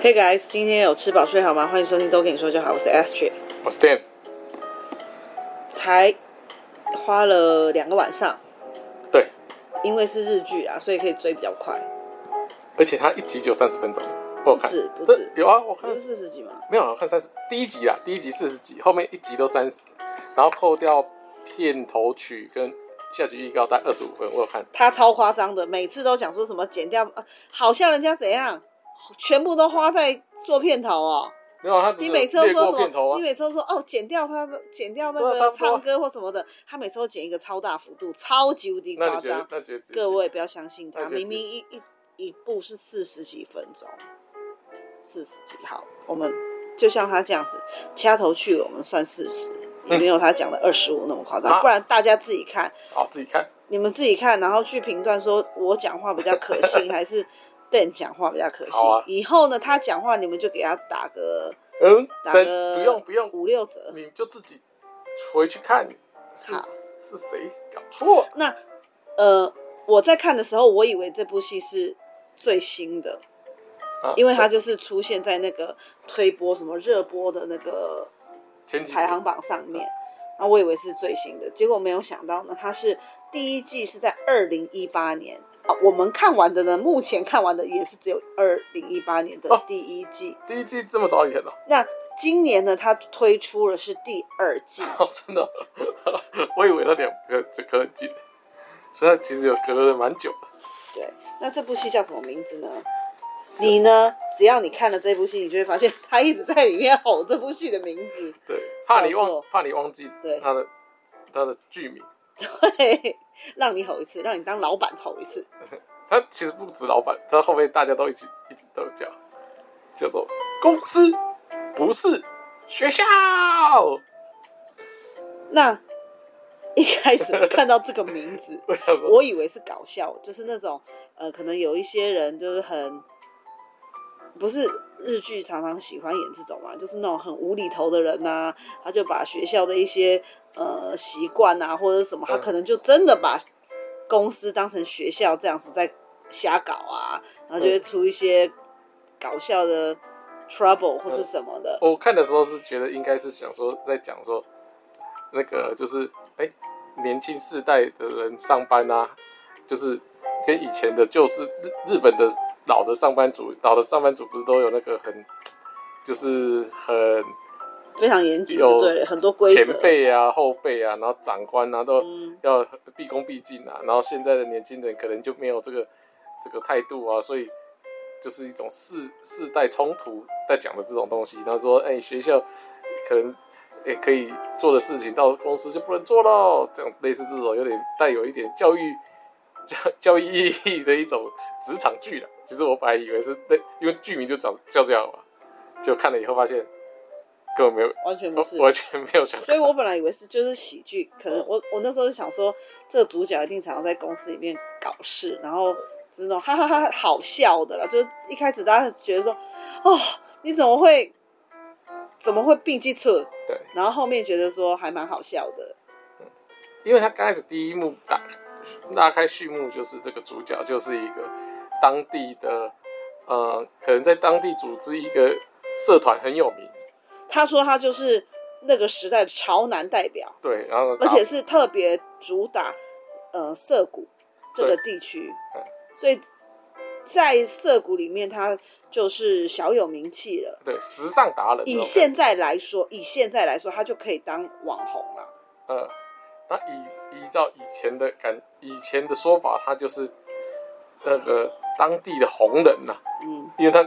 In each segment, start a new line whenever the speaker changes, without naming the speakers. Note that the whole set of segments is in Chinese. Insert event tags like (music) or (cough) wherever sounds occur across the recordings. Hey guys，今天有吃饱睡好吗？欢迎收听都跟你说就好，我是 Astrid。
我是 Dan，
才花了两个晚上，
对，
因为是日剧啊，所以可以追比较快，
嗯而且它一集只有三十分钟，我有看
不止不
这
止
有啊，我看
不是四十集吗？
没有啊，我看三十第一集啦，第一集四十集，后面一集都三十，然后扣掉片头曲跟下集预告大概二十五分，我有看，
他超夸张的，每次都讲说什么剪掉，啊好像人家怎样，全部都花在做片头哦。
没有啊，他不
你
是
每次都
略
说什
过片头
么？
啊
你，每次都说哦，剪掉他的，剪掉那
对
个
啊差不多啊
唱歌或什么的，他每次都剪一个超大幅度，超级无敌
那你
夸
觉得
张。
那觉得
各位不要相信他，
那就
明明一一一部是四十几分钟，四十几好，我们就像他这样子掐头去尾，我们算四十，也
嗯
没有他讲的二十五那么夸张。
啊
不然大家自己看，
好自己看，
你们自己看，然后去评断说我讲话比较可
(laughs)
信，还是 Dan 讲话比较可信
好啊。
以后呢，他讲话你们就给他打个
嗯，
打
但
个
不用不用，
五六折。
你就自己回去看是
好
是谁搞错，
那呃，我在看的时候，我以为这部戏是最新的，
啊
因为它就是出现在那个推播什么热播的那个
前几
排行榜上面，然后我以为是最新的，结果没有想到呢，它是第一季是在二零一八年啊，我们看完的呢，目前看完的也是只有二零一八年的
哦
第一季，
第一季这么早以前的、哦
那。今年呢，它推出了是第二季，
哦， (laughs) 真的哦，我以为那两个只隔很近，所以它其实有隔了蛮久的。
对，那这部戏叫什么名字呢？你呢？只要你看了这部戏，你就会发现他一直在里面吼这部戏的名字。
对，怕你
叫做
忘，怕你忘记
对
它的它的剧名。
对， (laughs) 让你吼一次，让你当老板吼一次。
它其实不止老板，它后面大家都一起一直都叫，叫做公司，不是学校。 (laughs)
那一开始我看到这个名字， (laughs)
我想说，
我以为是搞笑，就是那种呃，可能有一些人就是很，不是日剧常常喜欢演这种嘛，就是那种很无厘头的人呐、他就把学校的一些呃习惯呐或者什么，他
嗯
可能就真的把公司当成学校这样子在瞎搞啊，然后就会出一些搞笑的 trouble 或是什么的。
我看的时候是觉得应该是想说在讲说，那个就是哎、年轻世代的人上班啊，就是跟以前的旧式日日本的老的上班族，老的上班族不是都有那个很，就是很
非常严谨，
有
对了，很多规
前
则。
辈啊、后辈啊，然后长官啊都
嗯
要毕恭毕敬啊，然后现在的年轻人可能就没有这个这个态度啊，所以就是一种世世代冲突在讲的这种东西。他说，哎、学校可能哎、可以做的事情，到公司就不能做喽，这种类似这种有点带有一点教育。教教育意义的一种职场剧了。其实我本来以为是那，因为剧名就长叫这样嘛，就看了以后发现根本没有
完全不
我
是，
完全没有想
所以我本来以为是就是喜剧，可能我我那时候就想说，这个主角一定常常在公司里面搞事，然后就是那种哈哈哈哈好笑的啦。就是一开始大家觉得说，哦，你怎么会怎么会病基础？
对，
然后后面觉得说还蛮好笑的，
因为他刚开始第一幕打拉开序幕，就是这个主角就是一个当地的呃，可能在当地组织一个社团很有名，
他说他就是那个时代的潮男代表，
对，然后
而且是特别主打呃涩谷这个地区
对，
所以在涩谷里面，他就是小有名气了。
对时尚达人这种感觉，
以现在来说，以现在来说，他就可以当网红了。
呃，那以依照以前的感以前的说法，他就是那个当地的红人呐、
嗯，
因为他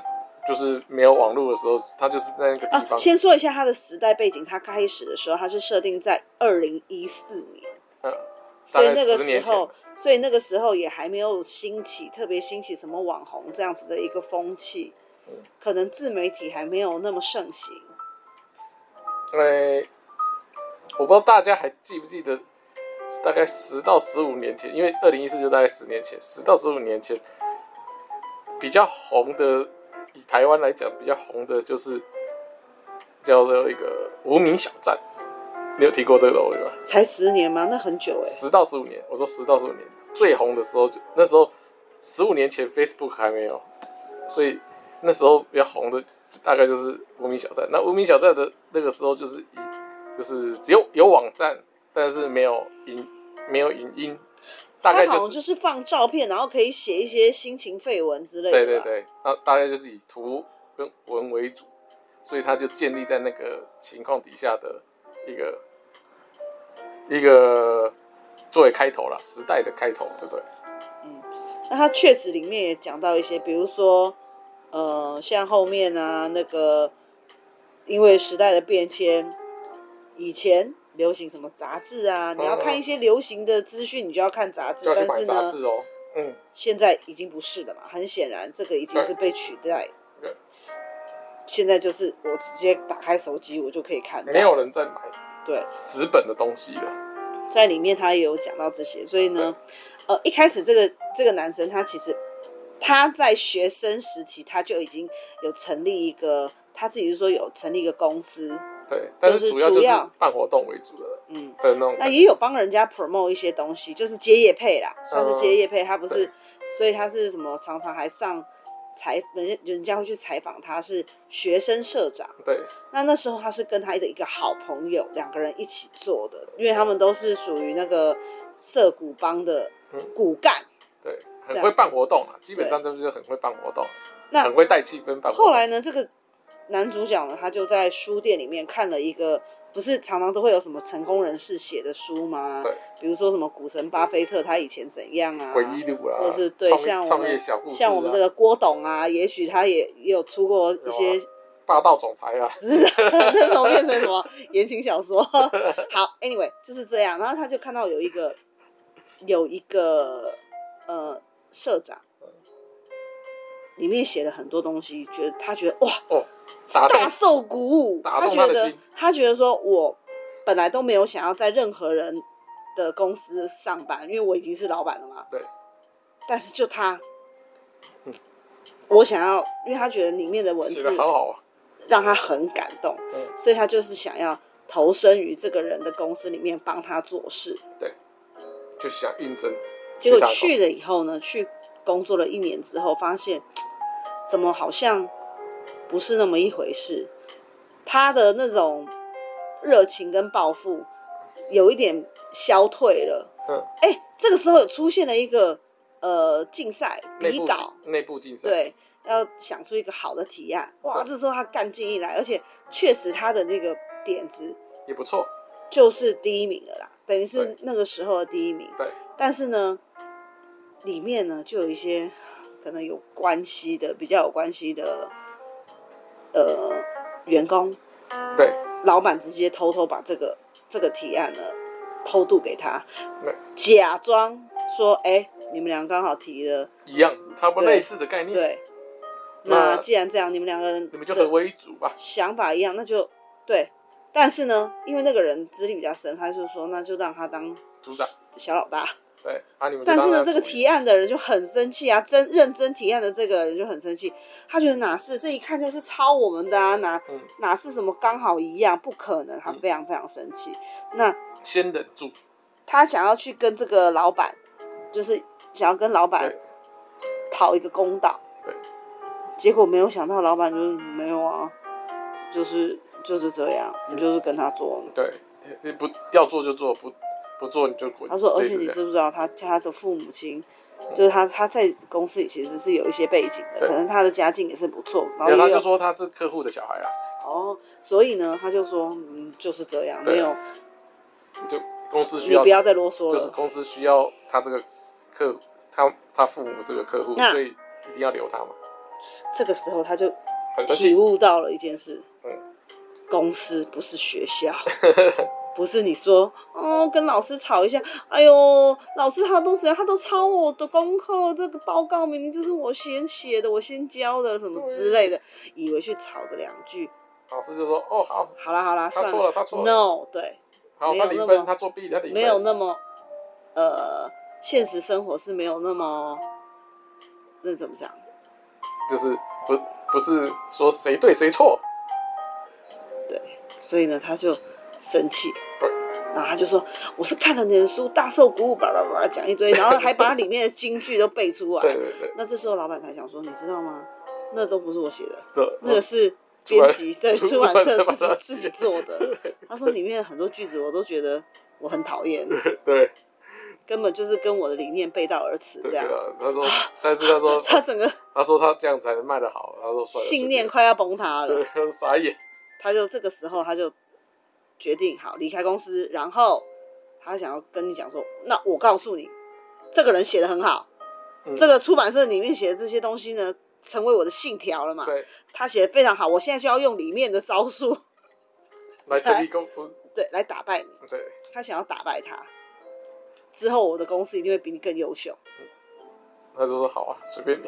就是没有网络的时候，他就是在那个地
啊，
方，
先说一下他的时代背景，他开始的时候，他是设定在二零一四年，
呃，大
所以
概
那个
十
时
年前
候，所以那个时候也还没有兴起，特别兴起什么网红这样子的一个风气
嗯，
可能自媒体还没有那么盛行。
呃，我不知道大家还记不记得，大概十到十五年前，因为二零一四就大概十年前，十到十五年前比较红的，以台湾来讲比较红的就是叫做一个无名小站，你有听过这个东西吗？
才十年吗？那很久哎、
十到十五年，我说十到十五年最红的时候就，那时候十五年前 Facebook 还没有，所以那时候比较红的大概就是《无名小站》。那《无名小站》的那个时候就是以就是只有有网站，但是没有影没有影音，大概
它好
就
像
是
就是放照片，然后可以写一些心情绯闻之类的。
对对。对，那大概就是以图跟文为主，所以它就建立在那个情况底下的一个一个作为开头了，时代的开头，对不对？
那它确实里面也讲到一些，比如说，呃，像后面啊，那个因为时代的变迁，以前流行什么杂志啊，你要看一些流行的资讯，你就要看杂志，
就要去
但
买
是
杂
呢，
志哦，嗯，
现在已经不是了嘛，很显然这个已经是被取代
对。
现在就是我直接打开手机，我就可以看到。
没有人在买
对，
纸本的东西了。
在里面他也有讲到这些，所以呢，呃，一开始这个这个男生他其实他在学生时期他就已经有成立一个，他自己是说有成立一个公司，
对，但
就是
主要就
主
是
要
办活动为主的
嗯，
的那种
那
感觉，
也有帮人家 promote 一些东西，就是接业配啦，算是接业配，他不是
对，
所以他是什么，常常还上采人家人家会去采访他是学生社长。
对
那那时候他是跟他的一个好朋友两个人一起做的，因为他们都是属于那个涩谷帮的
嗯
骨干。
对，
这
很
样
会
子
办活动啊，基本上就是很会办活动，
那
很会带气氛办活动。
后来呢，这个男主角呢，他就在书店里面看了一个，不是常常都会有什么成功人士写的书吗？
对，
比如说什么股神巴菲特他以前怎样啊，
回忆录啊，
或是对
创业
像我
创
们
业小故事、啊，
像我们这个郭董啊，也许他也也有出过一些
有啊霸道总裁啊，
是的，那种变成什么言情小
(laughs)
说。好，anyway 就是这样。然后他就看到有一个有一个呃社长，里面写了很多东西，觉得他觉得哇
哦，打动
大受鼓舞，
打动
觉
他的
得
心
他觉得说我本来都没有想要在任何人的公司上班，因为我已经是老板了嘛。
对，
但是就他
嗯。
我想要，因为他觉得里面的文
写
字
的很好啊，
让他很感动，
嗯
所以他就是想要投身于这个人的公司里面帮他做事。
就想应征，
结果
打工
去了以后呢，去工作了一年之后，发现怎么好像不是那么一回事。他的那种热情跟抱负有一点消退了。
嗯，
哎、这个时候有出现了一个呃竞赛
内
比
部
稿，
内部竞赛，
对，要想出一个好的提案。哇，这时候他干劲一来，而且确实他的那个点子
也不错，
就是第一名了啦，等于是
对
那个时候的第一名。
对，
但是呢，里面呢就有一些可能有关系的，比较有关系的，呃，员工，
对，
老板直接偷偷把这个这个提案呢偷渡给他
对，
假装说，哎、你们俩刚好提了，
一样，差不多
对
类似的概念，
对。
嗯
那
那
既然这样，你们两个人
你们就
的
合为一组吧，
想法一样，那就对。但是呢，因为那个人资历比较深，他就说那就让他当
组长，
小老大。
对，啊，你们就
但是
当
呢，
他
这个
主
提案的人就很生气啊，真认真提案的这个人就很生气，他觉得哪是这一看就是抄我们的啊，哪、
嗯
哪是什么刚好一样，不可能，他非常非常生气。那
先忍住，
他想要去跟这个老板，就是想要跟老板
对
讨一个公道。
对。
结果没有想到，老板就是没有啊，就是就是这样，你就是跟他做。
对，你不要做就做，不不做你就滚，
他说，而
类
且
似
你
这样
知不知道他，他的父母亲，就是他他在公司里其实是有一些背景的，
对
可能他的家境也是不错，然后
没有，他
也有
就说他是客户的小孩啊，
哦，所以呢，他就说，嗯，就是这样，
对
没有，
就公司需
你
要，
不要再啰嗦
就是
了。
公司需要他这个客，他他父母这个客户，
那
所以一定要留他嘛，
这个时候他就
很生
体
气，
悟到了一件事，
嗯
公司不是学
(laughs)
校，不是你说哦跟老师吵一下，哎呦，老师他都怎样，他都抄我的功课，这个报告明明就是我先写的，我先交的什么之类的，以为去吵个两句，
老师就说哦好，
好啦好啦，
他
算
错了，他错了，
，no，对，
好，
没有
他零
那么
分，他作弊，他零分，
没有那么，呃，现实生活是没有那么，那怎么讲？
就是不不是说谁对谁错，
对，所以呢，他就生气，
对，
然后他就说我是看了你的书，大受鼓舞，叭叭叭讲一堆，然后还把里面的金句都背出来。 (laughs)
对对对，
那这时候老板才想说，你知道吗？那都不是我写的，
的
(laughs) 那个是
哦出
编
版
辑对
出
出版
版
社
社
自己
把它
自己做的。他说里面很多句子我都觉得我很讨厌，
对
根本就是跟我的理念背道而驰
对
这样。
对啊，他说，但是他说
(laughs) 他整个
他说他这样才能卖得好，他说算了
信念
随
快要崩塌
便对，
了，
他说傻眼，
他就这个时候他就决定好离开公司，然后他想要跟你讲说，那我告诉你，这个人写的很好，
嗯
这个出版社里面写的这些东西呢，成为我的信条了嘛。
对，
他写的非常好，我现在就要用里面的招数， (laughs)
来成立公司，
对，来打败你。
对，
他想要打败他，之后我的公司一定会比你更优秀。
他就说好啊，随便你，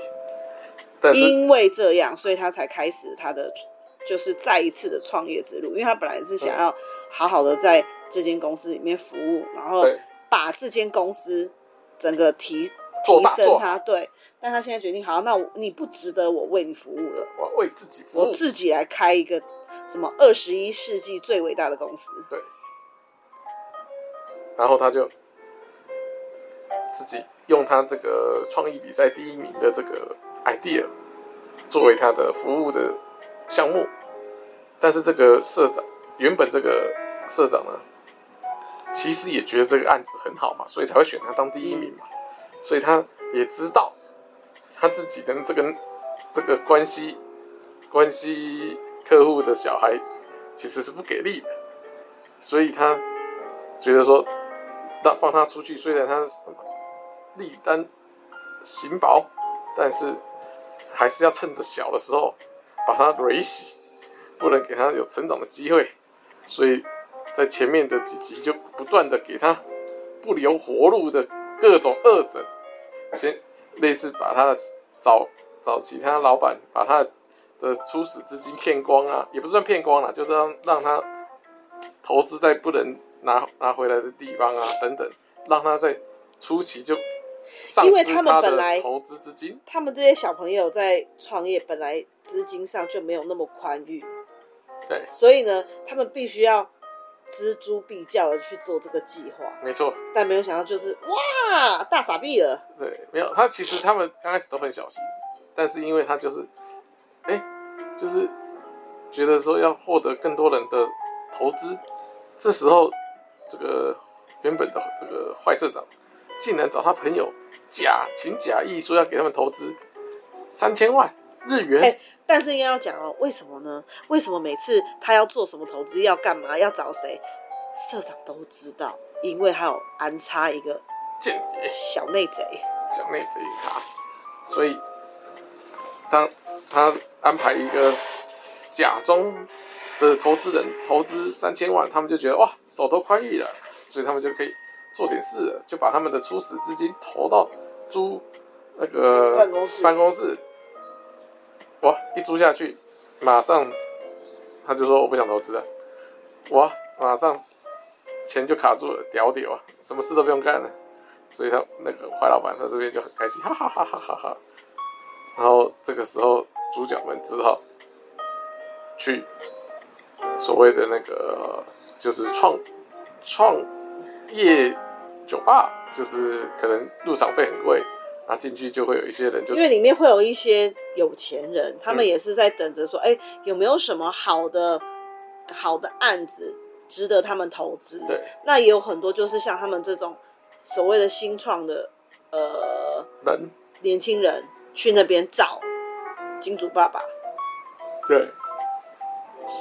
但是
因为这样，所以他才开始他的就是再一次的创业之路，因为他本来是
嗯
想要好好的在这间公司里面服务，然后
对
把这间公司整个提
做
提
大
升
做
他，对。但他现在决定，好，那我你不值得我为你服务了，
我要为自己服
我
务，
自己来开一个什么二十一世纪最伟大的公司。
对，然后他就自己用他这个创意比赛第一名的这个 idea 作为他的服务的项目，但是这个社长原本这个社长呢，其实也觉得这个案子很好嘛，所以才会选他当第一名嘛，所以他也知道他自己的这个这个关系关系客户的小孩其实是不给力的。所以他觉得说，那放他出去，虽然他力单行薄，但是还是要趁着小的时候把他雷洗，不能给他有成长的机会。所以在前面的几集就不断的给他不留活路的各种恶整，先类似把他的找找其他老板把他的初始资金骗光啊，也不算骗光了、就是让让他投资在不能拿拿回来的地方啊，等等，让他在初期就丧
因为
失
他们本来
的投资资金，
他们这些小朋友在创业，本来资金上就没有那么宽裕，
对，
所以呢，他们必须要锱铢必较的去做这个计划。
没错，
但没有想到，就是哇，大傻逼了，
对，没有他其实他们刚开始都很小心，但是因为他就是，哎、就是觉得说要获得更多人的投资，这时候这个原本的这个坏社长竟然找他朋友假情假意说要给他们投资三千万日元，
哎但是应该要讲哦，为什么呢？为什么每次他要做什么投资，要干嘛，要找谁，社长都知道，因为还有安插一个
间谍
小内贼。
小内贼他，所以当他安排一个假装的投资人投资三千万，他们就觉得哇手头宽裕了，所以他们就可以做点事了，就把他们的初始资金投到租那个
办公室
办公室，哇一租下去，马上他就说我不想投资了，哇马上钱就卡住了，屌屌啊，什么事都不用干了。所以他那个坏老板他这边就很开心，哈哈哈哈哈哈。然后这个时候主角们只好去所谓的那个就是创创业酒吧，就是可能入场费很贵，那进去就会有一些人就嗯
因为里面会有一些有钱人，他们也是在等着说，哎、有没有什么好的好的案子值得他们投资？
对，
那也有很多就是像他们这种所谓的新创的呃
人
年轻人去那边找金主爸爸，
对，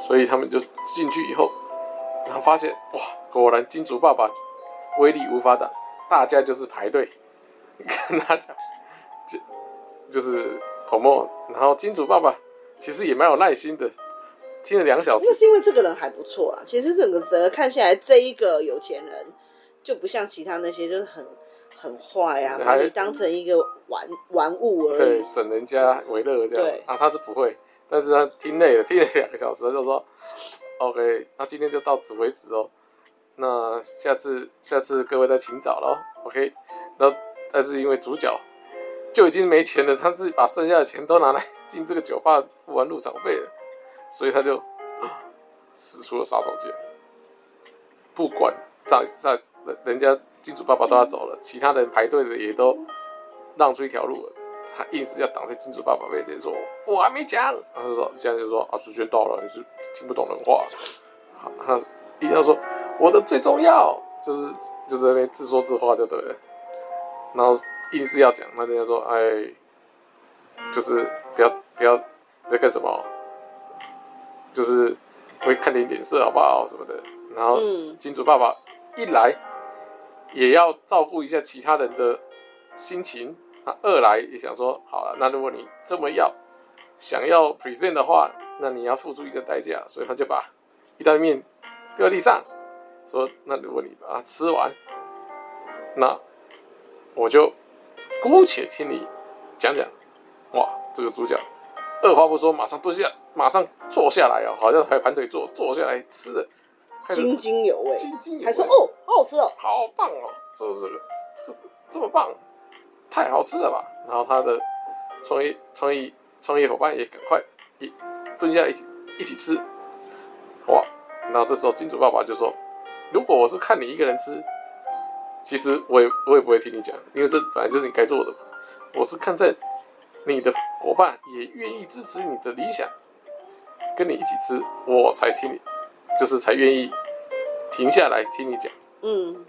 所以他们就进去以后，然后发现哇，果然金主爸爸威力无法挡，大家就是排队 (laughs) 跟他讲，就就是口沫，然后金主爸爸其实也蛮有耐心的，听了两小时
那，是因为这个人还不错啊。其实整个整个看下来，这一个有钱人就不像其他那些就是很很坏啊，
对
把你
还
当成一个玩玩物而已
对。，整人家为乐这样
对
啊，他是不会，但是他听累了，听了两个小时，他就说 OK，那今天就到此为止哦。那下次下次各位再请早喽，OK。那但是因为主角就已经没钱了，他自己把剩下的钱都拿来进这个酒吧付完入场费了，所以他就啊使出了杀手锏，不管在在人人家金主爸爸都要走了，其他人排队的也都让出一条路了，他硬是要挡在金主爸爸面前说：“我还没讲。”他就说：“现在就说啊，时间到了，你是听不懂人话。”他一定要说：“我的最重要。”就是就在那边自说自话就对了。然后硬是要讲，那人家说：“哎，就是不要不要你在干什么？就是会看你脸色好不好什么的。”然后
嗯
金主爸爸一来也要照顾一下其他人的心情，那二来也想说，好了，那如果你这么要想要 present 的话，那你要付出一个代价，所以他就把意大利面丢在地上，说，那如果你把它吃完，那我就姑且听你讲讲。哇，这个主角二话不说，马上蹲下，马上坐下来哦，好像还盘腿坐，坐下来吃了，看着
津津有味，
津津有味，
还说哦，好好吃哦，
好棒哦，这这个这个这么棒，太好吃了吧！然后他的创业创意创业伙伴也赶快一蹲下来一起一起吃，哇！然后这时候金主爸爸就说：“如果我是看你一个人吃，其实我也我也不会听你讲，因为这本来就是你该做的嘛。我是看在你的伙伴也愿意支持你的理想，跟你一起吃，我才听你，就是才愿意停下来听你讲。”
嗯，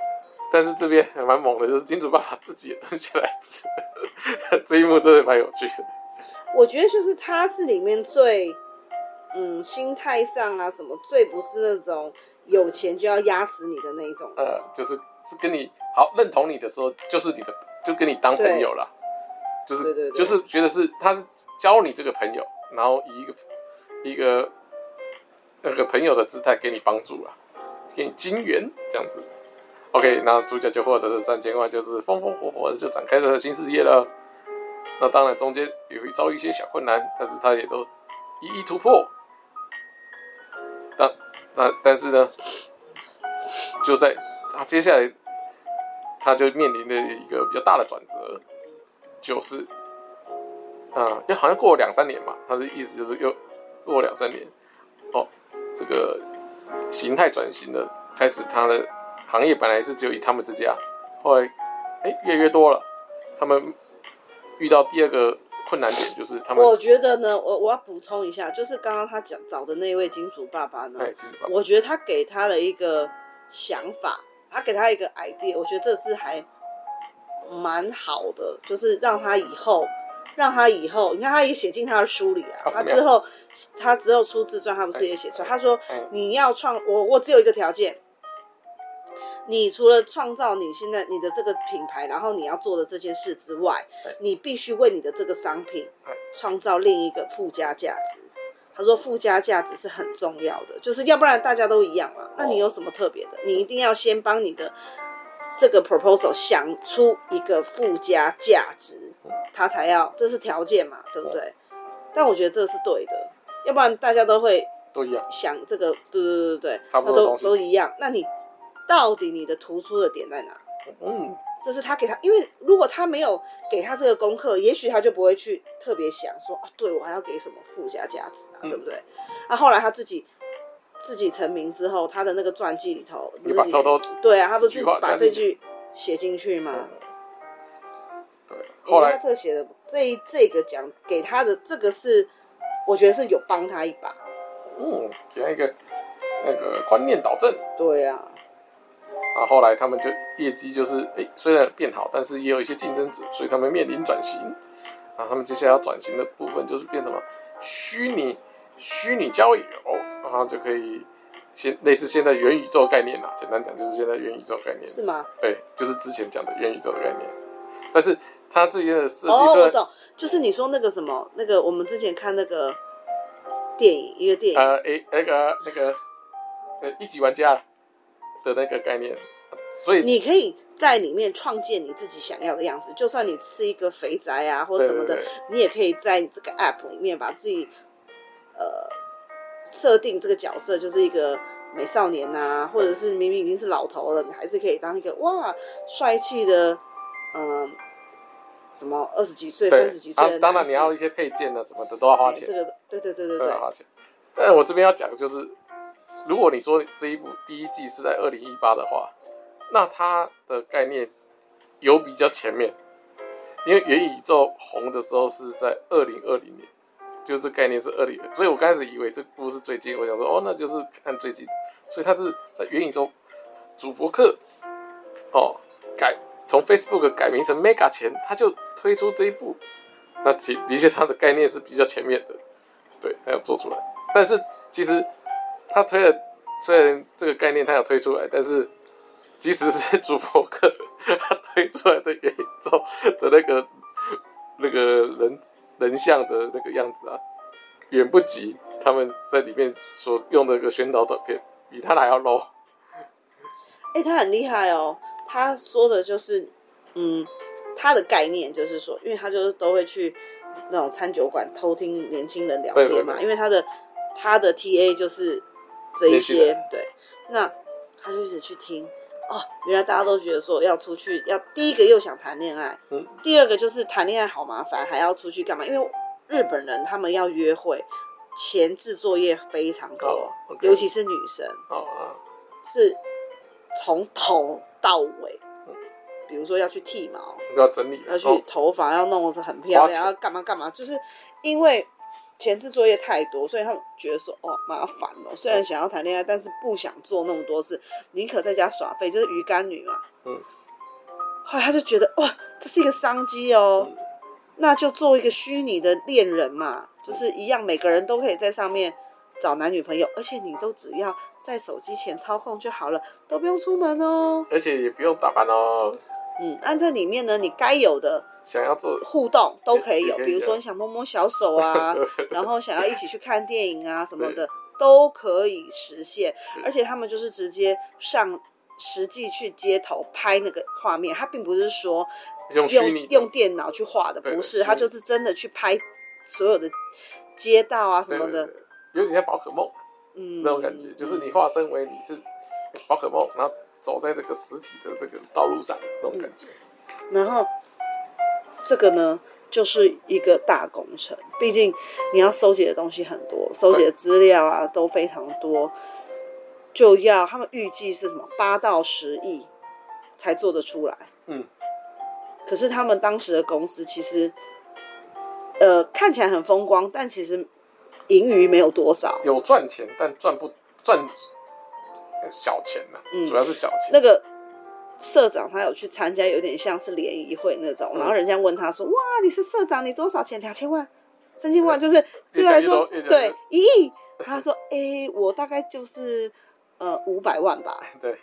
但是这边还蛮猛的，就是金主爸爸自己也蹲下来吃， (laughs) 这一幕真的蛮有趣的。
我觉得就是他是里面最，嗯，心态上啊什么最不是那种有钱就要压死你的那一种，
呃，就是是跟你好认同你的时候，就是你的，就跟你当朋友啦，就是
对对对
就是觉得是他是交你这个朋友，然后以一个一个那个朋友的姿态给你帮助啦，给你金援这样子。OK，那主角就获得了三千万，就是风风火火的就展开了新事业了。那当然中间有遭遇一些小困难，但是他也都一一突破。但但但是呢，就在他接下来他就面临了一个比较大的转折，就是，啊、因为好像过了两三年嘛，他的意思就是又过了两三年，哦，这个形态转型了，开始他的行业本来是只有以他们这家，后来哎越来越多了，他们遇到第二个困难点就是他们
我觉得呢，我我要补充一下，就是刚刚他讲找的那位金主爸爸呢，
哎，金主爸爸
我觉得他给他的一个想法，他给他一个 idea，我觉得这是还蛮好的，就是让他以后，让他以后，你看他也写进他的书里啊，
啊
他
怎么样
之后他之后出自传，他不是也写出来？他说
哎
你要创，我我只有一个条件。你除了创造你现在你的这个品牌，然后你要做的这件事之外
对，
你必须为你的这个商品
对
创造另一个附加价值。他说附加价值是很重要的，就是要不然大家都一样嘛，那你有什么特别的？你一定要先帮你的这个 proposal 想出一个附加价值，他才要，这是条件嘛，对不对？但我觉得这是对的，要不然大家都会
都一样，
想这个，对对对对，
差
那
不多
都
东西
都一样。那你到底你的突出的点在哪？
嗯，
这是他给他，因为如果他没有给他这个功课，也许他就不会去特别想说啊，对我还要给什么附加价值啊，
嗯
对不对？那、后来他自己自己成名之后，他的那个传记里头，
你把
自己
偷偷
对啊，他不
这
是
句话
把
加
这
进
句写进去吗？
对，
诶
后
他
来
这个写的这一这个讲给他的这个是，我觉得是有帮他一把。
嗯，给他一个那个观念导正，
对啊，
然啊后后来他们就业绩就是哎、诶虽然变好，但是也有一些竞争者，所以他们面临转型。然后他们接下来要转型的部分就是变成了虚拟虚拟交友，然后就可以现类似现在元宇宙概念啦，简单讲就是现在元宇宙概念，
是吗？
对，就是之前讲的元宇宙的概念。但是它这边的设计
哦，
出来
我，懂，就是你说那个什么，那个我们之前看那个电影，一个电影，
呃，诶，那个那个呃，一级玩家的那个概念，所以
你可以在里面创建你自己想要的样子，就算你是一个肥宅啊或
对
什么的，
对对
你也可以在这个 app 里面把自己呃设定这个角色就是一个美少年啊，或者是明明已经是老头了，你还是可以当一个哇帅气的嗯、呃什么二十几岁、
对
三十几岁的
啊
男子、
当然你要一些配件啊什么的都要花
哎
钱啊
这，个对对对对
都
对
要花钱。但我这边要讲的就是，如果你说这一部第一季是在二零一八的话，那它的概念有比较前面，因为元宇宙红的时候是在二零二零年，就是这概念是二零，所以我刚开始以为这部是最近，我想说哦，那就是看最近，所以它是在元宇宙主播课哦改从 Facebook 改名成 Mega 前，他就推出这一部，那的的确它的概念是比较前面的，对，他有做出来，但是其实他推了，虽然这个概念他有推出来，但是即使是主播课，他推出来的元宇宙的那个那个人人像的那个样子啊，远不及他们在里面所用的那个宣导短片，比他的还要 low。
哎、他很厉害哦。他说的就是，嗯，他的概念就是说，因为他就是都会去那种餐酒馆偷听年轻人聊
对
天
对
嘛，
对
因为他的他的 TA 就是这一
年轻
些
人，
对，那他就一直去听。哦，原来大家都觉得说要出去，要第一个又想谈恋爱，
嗯，
第二个就是谈恋爱好麻烦，还要出去干嘛？因为日本人他们要约会，前置作业非常多，
哦，OK
尤其是女生。
哦啊，
是从头到尾
嗯，
比如说要去剃毛，
你就要整理了
要去
哦，
头发，要弄得很漂
花钱
亮，要干嘛干嘛，就是因为前置作业太多，所以他们觉得说哦麻烦哦，虽然想要谈恋爱，但是不想做那么多事，宁可在家耍废，就是鱼干女嘛。
嗯。
后来他就觉得哇，这是一个商机哦，
嗯
那就做一个虚拟的恋人嘛，就是一样，每个人都可以在上面找男女朋友，而且你都只要在手机前操控就好了，都不用出门哦。
而且也不用打扮哦，
嗯，按在里面呢，你该有的
想要做
互动都可以有，
也也可以
比如说
啊
你想摸摸小手
(laughs)
啊，然后想要一起去看电影啊什么的，都可以实现。
对
而且他们就是直接上实际去街头拍那个画面，他并不是说
用虚拟
用
的
用电脑去画的，
对
不
虚
是，
拟
他就是真的去拍所有的街道啊什
对
么
对
的
对，，有点像宝可梦
嗯，
那种感觉，就是你化身为你是宝可梦，然后走在这个实体的这个道路上那种感觉。
然后这个呢，就是一个大工程，毕竟你要收集的东西很多，收集的资料啊都非常多，就要他们预计是什么八到十亿才做得出来。
嗯，
可是他们当时的公司其实，呃，看起来很风光，但其实盈余没有多少。
有赚钱，但赚不赚呃小钱呐、
嗯
主要是小钱。
那个社长他有去参加，有点像是联谊会那种，
嗯
然后人家问他说：“哇，你是社长，你多少钱？两千万、三千万？”就是
越
对
讲
他
越
来说
多越，讲越
对
多
一亿。他说：“哎、我大概就是呃五百万吧。
对，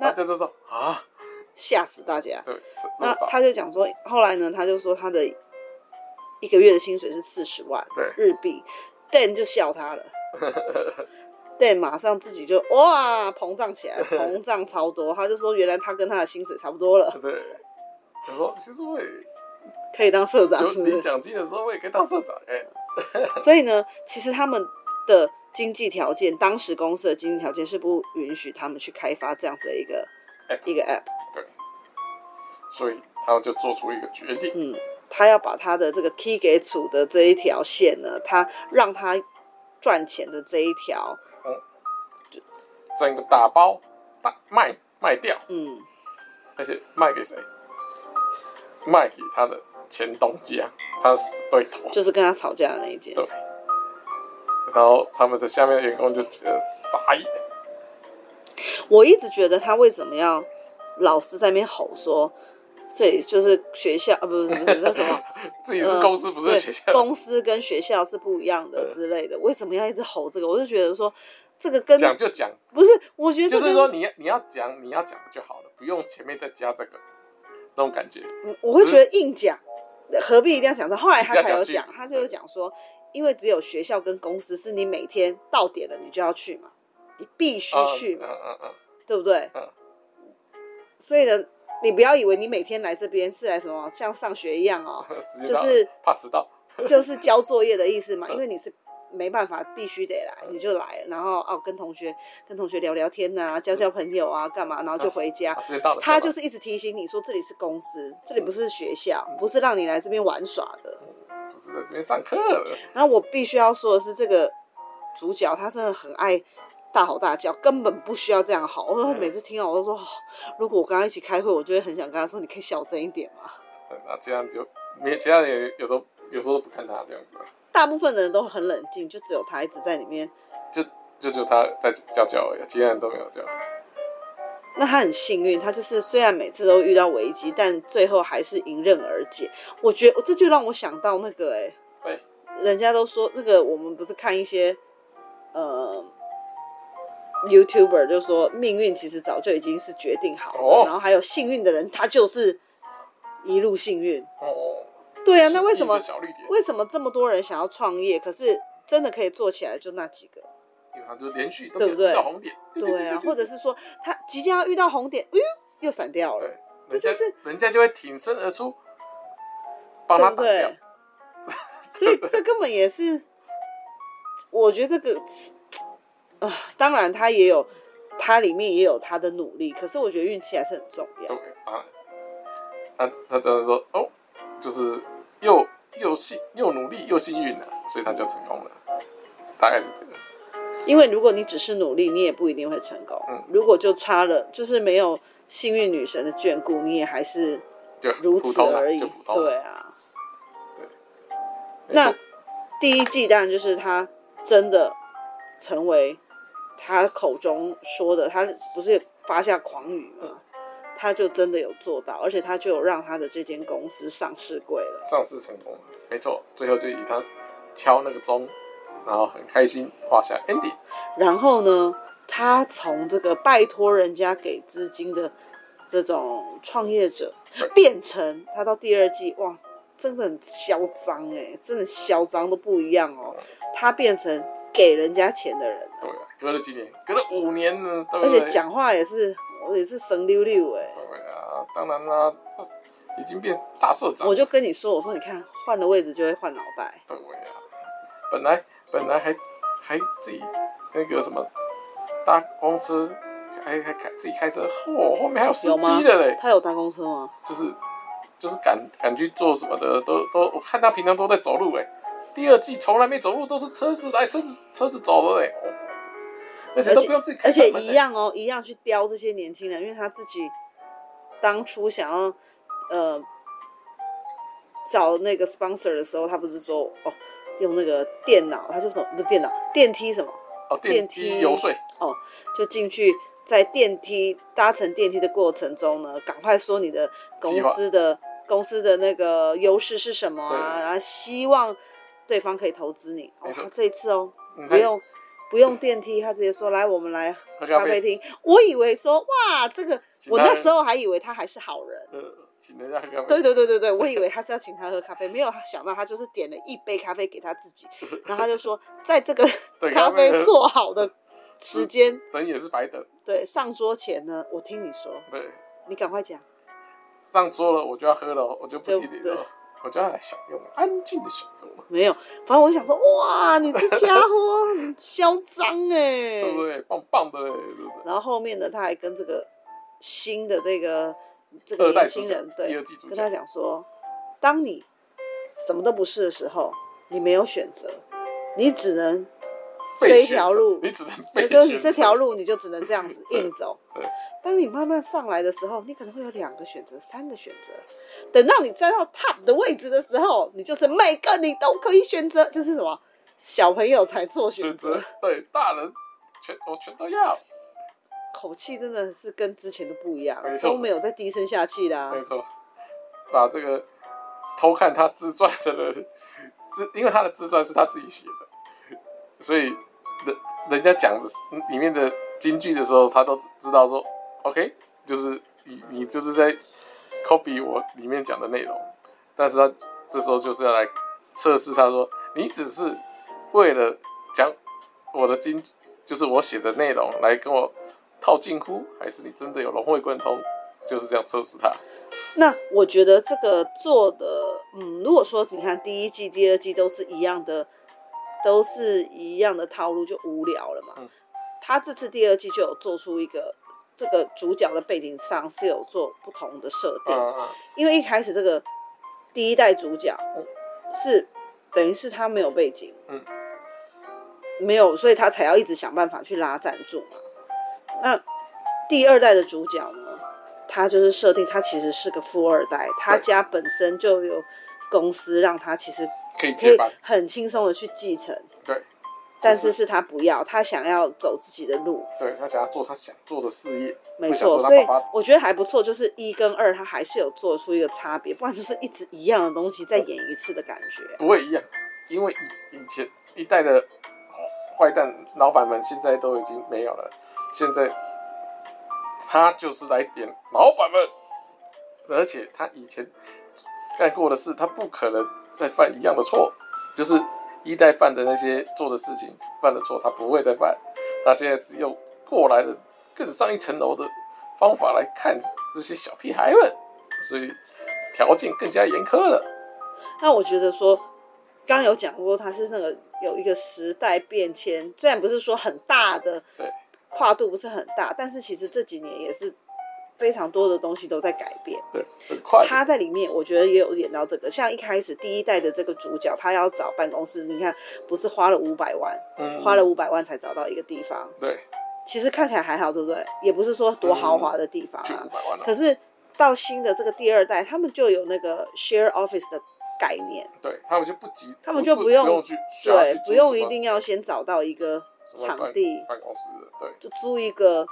那
那这就说啊，”
吓死大家。
对，这这
那
么少，
他就讲说，后来呢，他就说他的一个月的薪水是四十万
对，
日币，Dan 就笑他
(laughs)
了。对，马上自己就哇膨胀
(laughs)
起来，膨胀超多。他就说，原来他跟他的薪水差不多了，
对。他说：“其实我
(laughs)
也
可以当社长。是
有
不是
领奖金的时候，我也可以当社长。哎、
所以呢，其实他们的经济条件，当时公司的经济条件是不允许他们去开发这样子的一个
App
一个 app。
所以他就做出一个决定，
嗯，他要把他的这个 key 给处的这一条线呢，他让他赚钱的这一条，
整个打包大卖卖掉，
嗯，
而且卖给谁？卖给他的前东家，他的死对头。
就是跟他吵架的那一件。
对，然后他们的下面的员工就觉得傻眼，
我一直觉得他为什么要老师在那边吼说，这里就是学校啊，不是不是不是那什么。
(laughs) 自己是公司，
嗯
不是
对
学校。
公司跟学校是不一样的
嗯
之类的，为什么要一直吼这个？我就觉得说，这个跟
(laughs) 讲就讲，
不是，我觉得这
就
跟
是说你你要讲你要讲就好了，不用前面再加这个那种感觉。
我我会觉得硬讲，何必一定要讲这？后来他才有
一定要
讲
讲，
他就是讲说，因为只有学校跟公司是你每天到点了你就要去嘛，你必须
啊
去
嗯
嘛，
嗯嗯，
对不对？
嗯
所以呢，你不要以为你每天来这边是来什么像上学一样哦，
嗯时间
就
到了
是
怕迟到， (laughs)
就是交作业的意思嘛，
嗯
因为你是没办法，必须得来，你就来，然后哦跟同学跟同学聊聊天呐、交交朋友啊，干嘛，然后就回家
啊。时间到了。
他就是是一直提醒你说这里是公司，这里不是学校，不是让你来这边玩耍的。
不是在这边上课了，
然后我必须要说的是，这个主角他真的很爱大吼大叫，根本不需要这样吼。我说
嗯
每次听到我都说，哦如果我跟他一起开会，我就会很想跟他说，你可以小声一点嘛。
恨啊，这样就没其他人也有时候有时候都不看他这样子，
大部分的人都很冷静，就只有他一直在里面。
就就他在叫叫而已，其他人都没有叫。
那他很幸运，他就是虽然每次都遇到危机，但最后还是迎刃而解。我觉得这就让我想到那个、欸，
对，
人家都说那个我们不是看一些呃 YouTuber 就说命运其实早就已经是决定好了，
哦
然后还有幸运的人他就是一路幸运。
哦，
对啊，那为什么
是一个小绿点？
为什么这么多人想要创业，可是真的可以做起来就那几个？
因为他就连续都
对不对
遇到红点，
对啊，或者是说他即将要遇到红点，哎呦又闪掉了
对。人家
这就是
人家就会挺身而出，帮
对
他挡
不
掉
对。？所以这根本也是，我觉得这个啊，当然他也有，他里面也有他的努力，可是我觉得运气还是很重要
对。啊，他他当然说哦，就是又又幸又努力又幸运了，啊所以他就成功了，大概是这个。
因为如果你只是努力，你也不一定会成功。
嗯
如果就差了，就是没有幸运女神的眷顾，你也还是
就
如
普
此
通啦
而已。
就普通啦。
对啊，
没
那
错
第一季当然就是他真的成为他口中说的，他不是发下狂语吗？他就真的有做到，而且他就有让他的这间公司上市柜了。
上市成功了，没错，最后就以他敲那个钟，然后很开心画下 ending。
然后呢，他从这个拜托人家给资金的这种创业者，变成他到第二季，哇，真的很嚣张哎、真的嚣张都不一样哦。他变成给人家钱的人了。
对啊，隔了几年，隔了五年呢，对
而
不
且
对？
讲话也是，我也是神溜溜哎。
对啊，当然啦、他已经变大社长
我，就跟你说，我说你看换了位置就会换脑袋，
对啊，本来本来还还自己那个什么搭公车，还还开自己开车，嚯、后面还有司
有吗
机的嘞，
他有搭公车吗？
就是就是敢敢去做什么的，都都我看他平常都在走路哎、第二季从来没走路，都是车子哎来车子车子走的嘞、哦而且都不用自己开
而且
车门
一
嘞
样哦，
(laughs)
一样去雕这些年轻人，因为他自己当初想要呃找那个 sponsor 的时候，他不是说哦用那个电脑，他就说不是电脑电梯什么，
哦
电
电
梯
梯游说，
就进去在电梯搭乘电梯的过程中呢，赶快说你的公司的公司的那个优势是什么啊，
对
然后希望对方可以投资你。哦
没，错
他这一次哦，
你
不
看
用不用电梯，他直接说来我们来
喝
咖
咖
啡
啡，
厅。我以为说哇，这个
请
我
他
那时候还以为他还是好人。
呃，请人家喝咖啡，
对对对对对，我以为他是要请他喝咖啡，没有想到他就是点了一杯咖啡给他自
(laughs)
己，然后他就说，在这个
对
咖
咖啡
啡做好的时间，
等也是白等，
对，上桌前呢，我听你说，
对，
你赶快讲。
上桌了我就要喝了，我就不听你
对对
的，我就要来享用，安静的享用，
没有，反正我想说，哇，你这家
(laughs)
伙很嚣张哎
对。不对？棒棒的嘞，对不对？
然后后面呢，他还跟这个新的这个这个
二代
年
主
轻
角
人，
第
对
二，季主
跟他
角，
讲说，当你什么都不是的时候，你没有选择，你只能
被
这一
选择
条路
你只能被
也 (laughs) 就是
选
你
择
这条路，你就只能这样子
对
硬走
对。
当你慢慢上来的时候，你可能会有两个选择、三个选择。等到你站到 top 的位置的时候，你就是每个你都可以选择，就是什么小朋友才做选
选
择
择，对大人全我全都要，
口气真的是跟之前的不一样
没，错
都没有再低声下气啦、
没错，把这个偷看他自传的人自，因为他的自传是他自己写的，所以人人家讲的是里面的金句的时候，他都知道说，OK，就是你你就是在 copy 我里面讲的内容，但是他这时候就是要来测试他说，你只是为了讲我的金，就是我写的内容来跟我套近乎，还是你真的有融会贯通？就是这样测试他。
那我觉得这个做的，嗯，如果说你看第一季、第二季都是一样的，都是一样的套路，就无聊了嘛。
嗯
他这次第二季就有做出一个，这个主角的背景上是有做不同的设定，
嗯
因为一开始这个第一代主角
嗯
是等于是他没有背景，
嗯，
没有，所以他才要一直想办法去拉赞助嘛。那第二代的主角呢，他就是设定他其实是个富二代，他
对
家本身就有公司让他其实
可以
可
接
以
班，
很轻松的去继承，
对，
但是是他不要，他想要走自己的路，
对他想要做他想做的事业，
没
不想
错，
做他
所以
爸爸
我觉得还不错，就是一跟二他还是有做出一个差别，不然就是一直一样的东西再演一次的感觉。
不会一样，因为以以前一代的坏蛋老板们现在都已经没有了，现在他就是来点老板们，而且他以前干过的事，他不可能再犯一样的错，就是一代犯的那些做的事情犯的错，他不会再犯，他现在是用过来的更上一层楼的方法来看这些小屁孩们，所以条件更加严苛了。
那我觉得说，刚刚有讲过，它是那个有一个时代变迁，虽然不是说很大的，
对，
跨度不是很大，但是其实这几年也是非常多的东西都在改变。
对，很快的。
他在里面，我觉得也有演到这个，像一开始第一代的这个主角，他要找办公室，你看不是花了五百万，
嗯
花了五百万才找到一个地方，
对，
其实看起来还好，对不对？也不是说多豪华的地方
就
啊
五，百万了。
可是到新的这个第二代，他们就有那个 share office 的概念。
对他们就不急，
他们就
不
不用
去，需要去
对
啊租，
不用
什么
一定要先找到一个
什么
场
办
地，
办公室的，对，
就租一个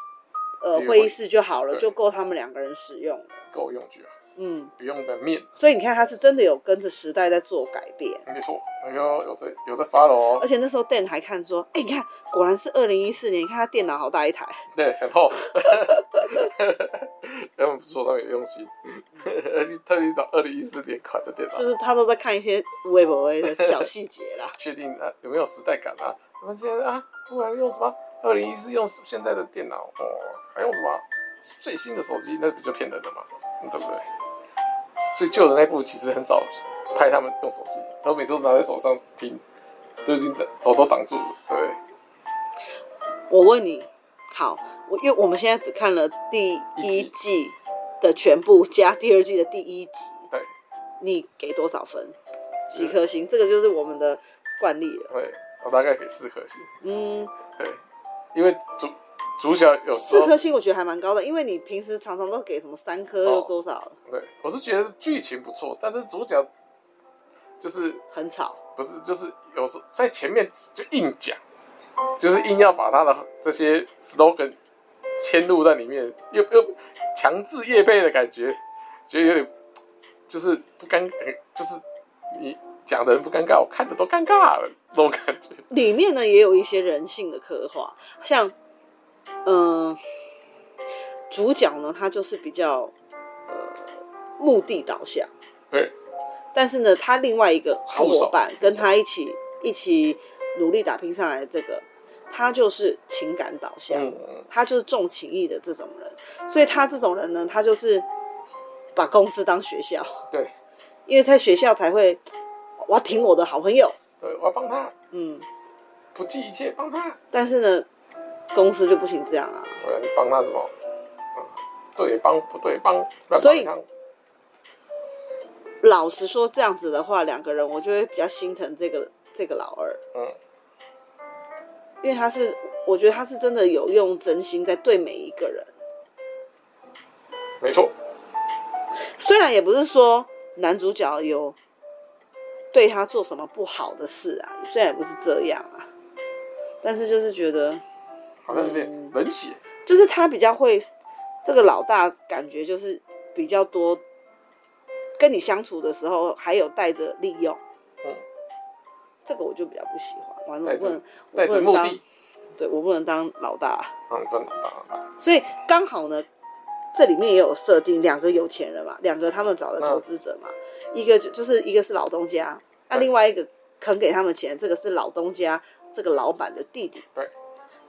呃
一个
会
会
议室就好了，
对
就够他们两个人使用了。
够用就好，
嗯，
不用的面，
所以你看，他是真的有跟着时代在做改变。
没错。哎呦，有在有在发了哦
而，且那时候 Dan 还看说，哎、你看，果然是二零一四年，你看他电脑好大一台。
对，很厚。 (laughs) 他们不错，他们有用心， (laughs) 而且特地找二零一四年款的电脑。
就，是他都在看一些微博的小细节啦
确定啊有没有时代感啊？我们现在啊，不然用什么？二零一四用现在的电脑哦，还用什么最新的手机？那比较骗人的嘛，对不对？所以旧的那部其实很少拍他们用手机，他们每次都拿在手上听，都已经手都挡住了。对，
我问你，好，我因为我们现在只看了第
一
一
集
季的全部加第二季的第一集，
对，
你给多少分？几颗星？这个就是我们的惯例了。
对，我大概给四颗星。
嗯，
对，因为主主角有时
四
候
颗星我觉得还蛮高的，因为你平时常常都给什么三颗
哦
又多少，
对，我是觉得剧情不错，但是主角就是
很吵。
不是，就是有时候在前面就硬讲，就是硬要把他的这些 slogan 嵌入在里面，又又强制业配的感觉，觉得有点就是不尴，就是你讲的人不尴尬，我看的都尴尬了那种感觉。
里面呢也有一些人性的刻画，像，嗯、主角呢他就是比较呃目的导向，
对，
但是呢他另外一个好
助手
伙伴
助手
跟他一起一起努力打拼上来的这个，他就是情感导向。
嗯，
他就是重情义的这种人，所以他这种人呢，他就是把公司当学校，
对
因为在学校才会，我要挺我的好朋友，
对，我要帮他，
嗯，
不计一切帮他，
但是呢，公司就不行这样啊，
我要帮他什么？嗯对帮不对帮，乱
所以
帮他
老实说，这样子的话，两个人我就会比较心疼这个这个老二，
嗯，
因为他是，我觉得他是真的有用真心在对每一个人，
没错，
虽然也不是说男主角有对他做什么不好的事啊，虽然也不是这样啊，但是就是觉得，
好像有点
嗯
冷血，
就是他比较会，这个老大感觉就是比较多跟你相处的时候，还有带着利用，
嗯，
这个我就比较不喜欢。完了，
带
我
着
不能，我
带
不
着
能
目
当，
的，
对我不能当老大，啊
嗯，真的当然。
所以刚好呢，这里面也有设定两个有钱人嘛，两个他们找
嗯
的投资者嘛，一个就就是一个是老东家，那、
对
另外一个肯给他们钱，这个是老东家这个老板的弟弟。
对，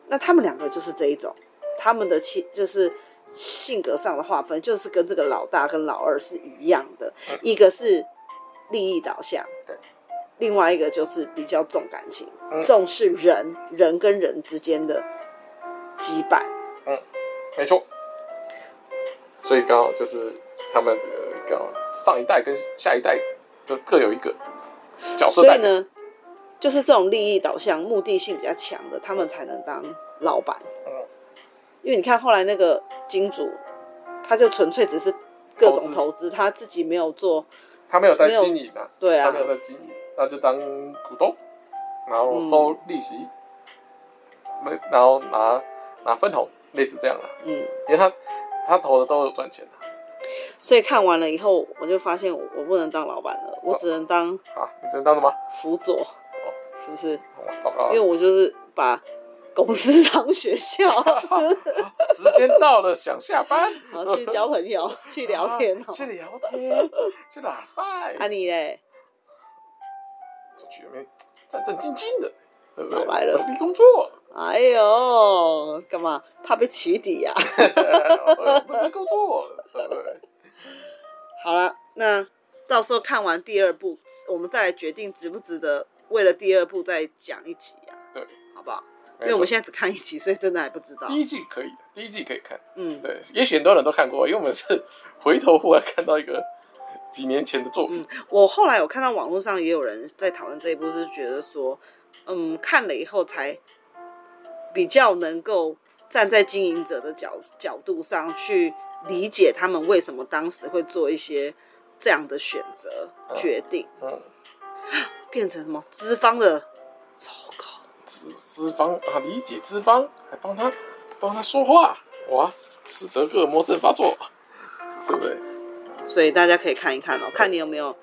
那他们两个就是这一种，他们的气就是性格上的划分，就是跟这个老大跟老二是一样的，
嗯
一个是利益导向，
对，
另外一个就是比较重感情，
嗯
重视人人跟人之间的羁绊。
没错。所以刚好就是他们呃，刚好上一代跟下一代就各有一个角色
所
代
以
表。
呢，就是这种利益导向、目的性比较强的，他们才能当老板。
嗯
因为你看后来那个金主他就纯粹只是各种
投资
投资，他自己没有做，
他没有在
没有
经营啊，
对啊
他没，有在经营，他就当股东，然后收利息，那、然后拿拿分红，类似这样的、
嗯，
因为他他投的都有赚钱的、啊
所以看完了以后，我就发现我我不能当老板
哦
了，我只能当
啊。你知道什么？
辅佐，
哦
是不是？
哇，糟糕啊
因为
了！
我就是把公司当学
(laughs)
校，
时间到了，想下班，
然后去交朋友， (laughs) 去聊天
啊 (laughs)
哦。
去聊天，去拉塞，
啊你嘞？
出去面战战兢兢的，对不对？
少来了
努力工作，
哎呦，干嘛？怕被起底啊呀、
我们在哎工作，对不
(laughs)
对？
好了，那到时候看完第二部，我们再来决定值不值得为了第二部再讲一集呀、
对，
好不好？因
没
为我们
错嗯
现在只看一集，所以真的还不知道。
第一季可以，第一季可以看。
嗯，
对，也许很多人都看过，因为我们是回头忽然看到一个几年前的作品，
我后来有看到网络上也有人在讨论这一部，是觉得说，嗯，看了以后才比较能够站在经营者的角角度上去理解他们为什么当时会做一些这样的选择
嗯
决定，
嗯，
变成什么资方的糟糕。
资资方啊，理解资方，还帮他帮他说话，哇，斯德哥尔摩症发作，对不对？
所以大家可以看一看哦，看你有没有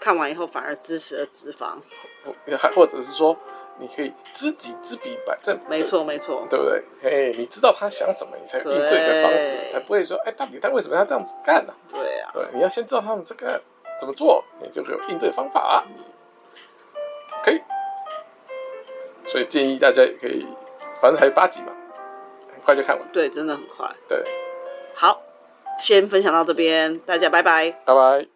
看完以后反而支持了脂肪。
不还或者是说，你可以知己知彼，百战不胜
没，错，没错，
对不对？哎，你知道他想什么，你才有应对的方式，
对
才不会说，哎，到底他为什么要这样子干呢、
对啊，
对，你要先知道他们这个怎么做，你就有应对方法了。可以，所以建议大家也可以，反正还有八集嘛，很快就看完。
对，真的很快。
对，
好，先分享到这边，大家拜拜。
拜拜。